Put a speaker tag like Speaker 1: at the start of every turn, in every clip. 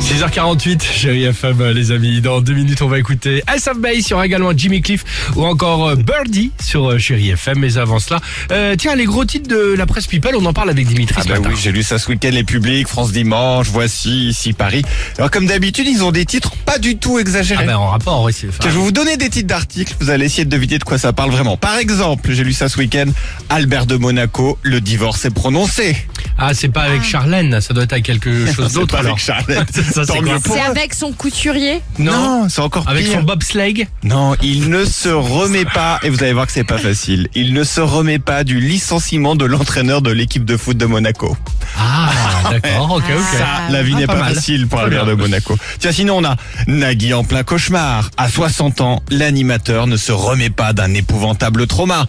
Speaker 1: 6h48, chérie FM, les amis. Dans deux minutes, on va écouter Ace of Base. Il y aura également Jimmy Cliff ou encore euh, Birdie sur euh, chérie FM. Mais avant cela, euh, tiens, les gros titres de la presse People, on en parle avec Dimitri
Speaker 2: Ah
Speaker 1: ce
Speaker 2: bah
Speaker 1: matin.
Speaker 2: oui, j'ai lu ça ce week-end, les publics, France Dimanche, Voici, ici Paris. Alors comme d'habitude, ils ont des titres pas du tout
Speaker 1: Ah
Speaker 2: exagérés.
Speaker 1: ben, en rapport, oui, c'est-
Speaker 2: Je
Speaker 1: enfin,
Speaker 2: vais vous donner des titres d'articles, vous allez essayer de deviner de quoi ça parle vraiment. Par exemple, j'ai lu ça ce week-end, Albert de Monaco, le divorce est prononcé.
Speaker 1: Ah, c'est pas avec Charlène, ça doot être à quelque chose
Speaker 2: C'est
Speaker 1: d'autre
Speaker 2: pas
Speaker 1: alors.
Speaker 2: avec Charlène.
Speaker 1: Ça, c'est
Speaker 2: Tant
Speaker 1: quoi
Speaker 2: mieux pour
Speaker 3: C'est
Speaker 2: eux.
Speaker 3: avec son couturier.
Speaker 1: Non,
Speaker 2: Non, c'est encore
Speaker 1: avec
Speaker 2: pire.
Speaker 1: son bobsleigh.
Speaker 2: Non, il ne se remet pas, et vous allez voir que c'est pas facile, il ne se remet pas du licenciement de l'entraîneur de l'équipe de foot de Monaco.
Speaker 1: Ah, d'accord, ok, ok.
Speaker 3: Ça,
Speaker 2: La vie
Speaker 1: Ah,
Speaker 2: n'est
Speaker 1: pas
Speaker 2: pas,
Speaker 1: mal.
Speaker 2: facile pour
Speaker 1: Très
Speaker 2: Albert
Speaker 1: bien.
Speaker 2: de Monaco. Tiens, sinon on a Nagui en plein cauchemar. À 60 ans, l'animateur ne se remet pas d'un épouvantable trauma.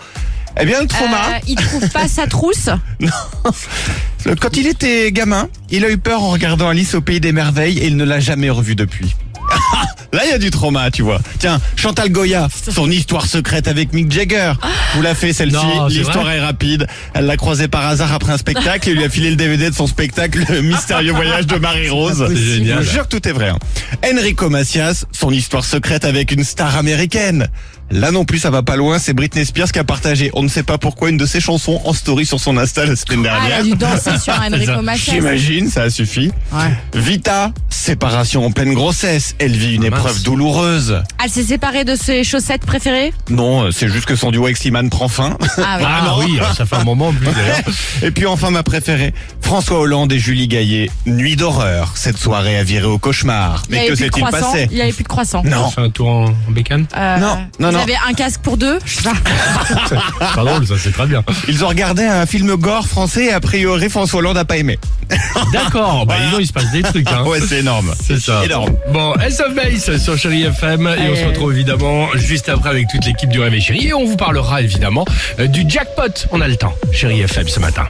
Speaker 2: Eh bien, le trauma,
Speaker 3: Euh, il trouve pas sa trousse.
Speaker 2: le- quand il était gamin, il a eu peur en regardant Alice au pays des merveilles et il ne l'a jamais revu depuis. Là, il y a du trauma, tu vois. Tiens, Chantal Goya, son histoire secrète avec Mick Jagger.
Speaker 3: Ah.
Speaker 2: Vous l'a fait celle-ci,
Speaker 1: Non, c'est
Speaker 2: l'histoire est rapide. Elle l'a croisé par hasard après un spectacle et lui a filé le DVD de son spectacle Le mystérieux voyage de Marie-Rose.
Speaker 1: C'est génial.
Speaker 2: Je vous jure que tout est vrai. hein. Enrico Macias, son histoire secrète avec une star américaine. Là non plus, ça va pas loin, c'est Britney Spears qui a partagé, on ne sait pas pourquoi, une de ses chansons en story sur son Insta la semaine
Speaker 3: Ah, il
Speaker 2: dernière.
Speaker 3: a dû danser sur
Speaker 1: Ça,
Speaker 3: Enrico Macias.
Speaker 2: J'imagine, ça suffit.
Speaker 3: Ouais.
Speaker 2: Vita, séparation en pleine grossesse. Elle vit une
Speaker 1: Ah, mince.
Speaker 2: épreuve douloureuse.
Speaker 3: Elle s'est séparée de ses chaussettes préférées.
Speaker 2: Non, euh, c'est juste que son duo avec Slimane prend fin.
Speaker 3: Ah oui.
Speaker 1: Ah oui, ça fait un moment en plus d'ailleurs.
Speaker 2: Et puis enfin ma préférée, François Hollande et Julie Gaillet, nuit d'horreur. Cette soirée a viré au cauchemar.
Speaker 3: Il y
Speaker 2: Mais
Speaker 3: avait
Speaker 2: que
Speaker 3: plus de
Speaker 2: s'est-il
Speaker 3: croissants.
Speaker 2: passé
Speaker 3: Il y avait plus de croissants.
Speaker 1: On
Speaker 2: Non.
Speaker 1: fait un tour en, en bécane.
Speaker 3: Euh,
Speaker 2: Non, non,
Speaker 3: vous
Speaker 2: non.
Speaker 3: avez un casque pour deux. Je sais pas.
Speaker 1: Pas drôle, ça, c'est très bien.
Speaker 2: Ils ont regardé un film gore français et a priori François Hollande n'a pas aimé.
Speaker 1: D'accord, bah, dis donc, il se passe des trucs. Hein.
Speaker 2: Ouais, c'est énorme.
Speaker 1: C'est ça.
Speaker 2: Énorme.
Speaker 1: Bon, SF Base sur Chéri FM et on
Speaker 3: Allez,
Speaker 1: se retrouve évidemment juste après avec toute l'équipe du Réveil Chéri et on vous parlera évidemment euh, du jackpot. On a le temps, Chéri FM ce matin.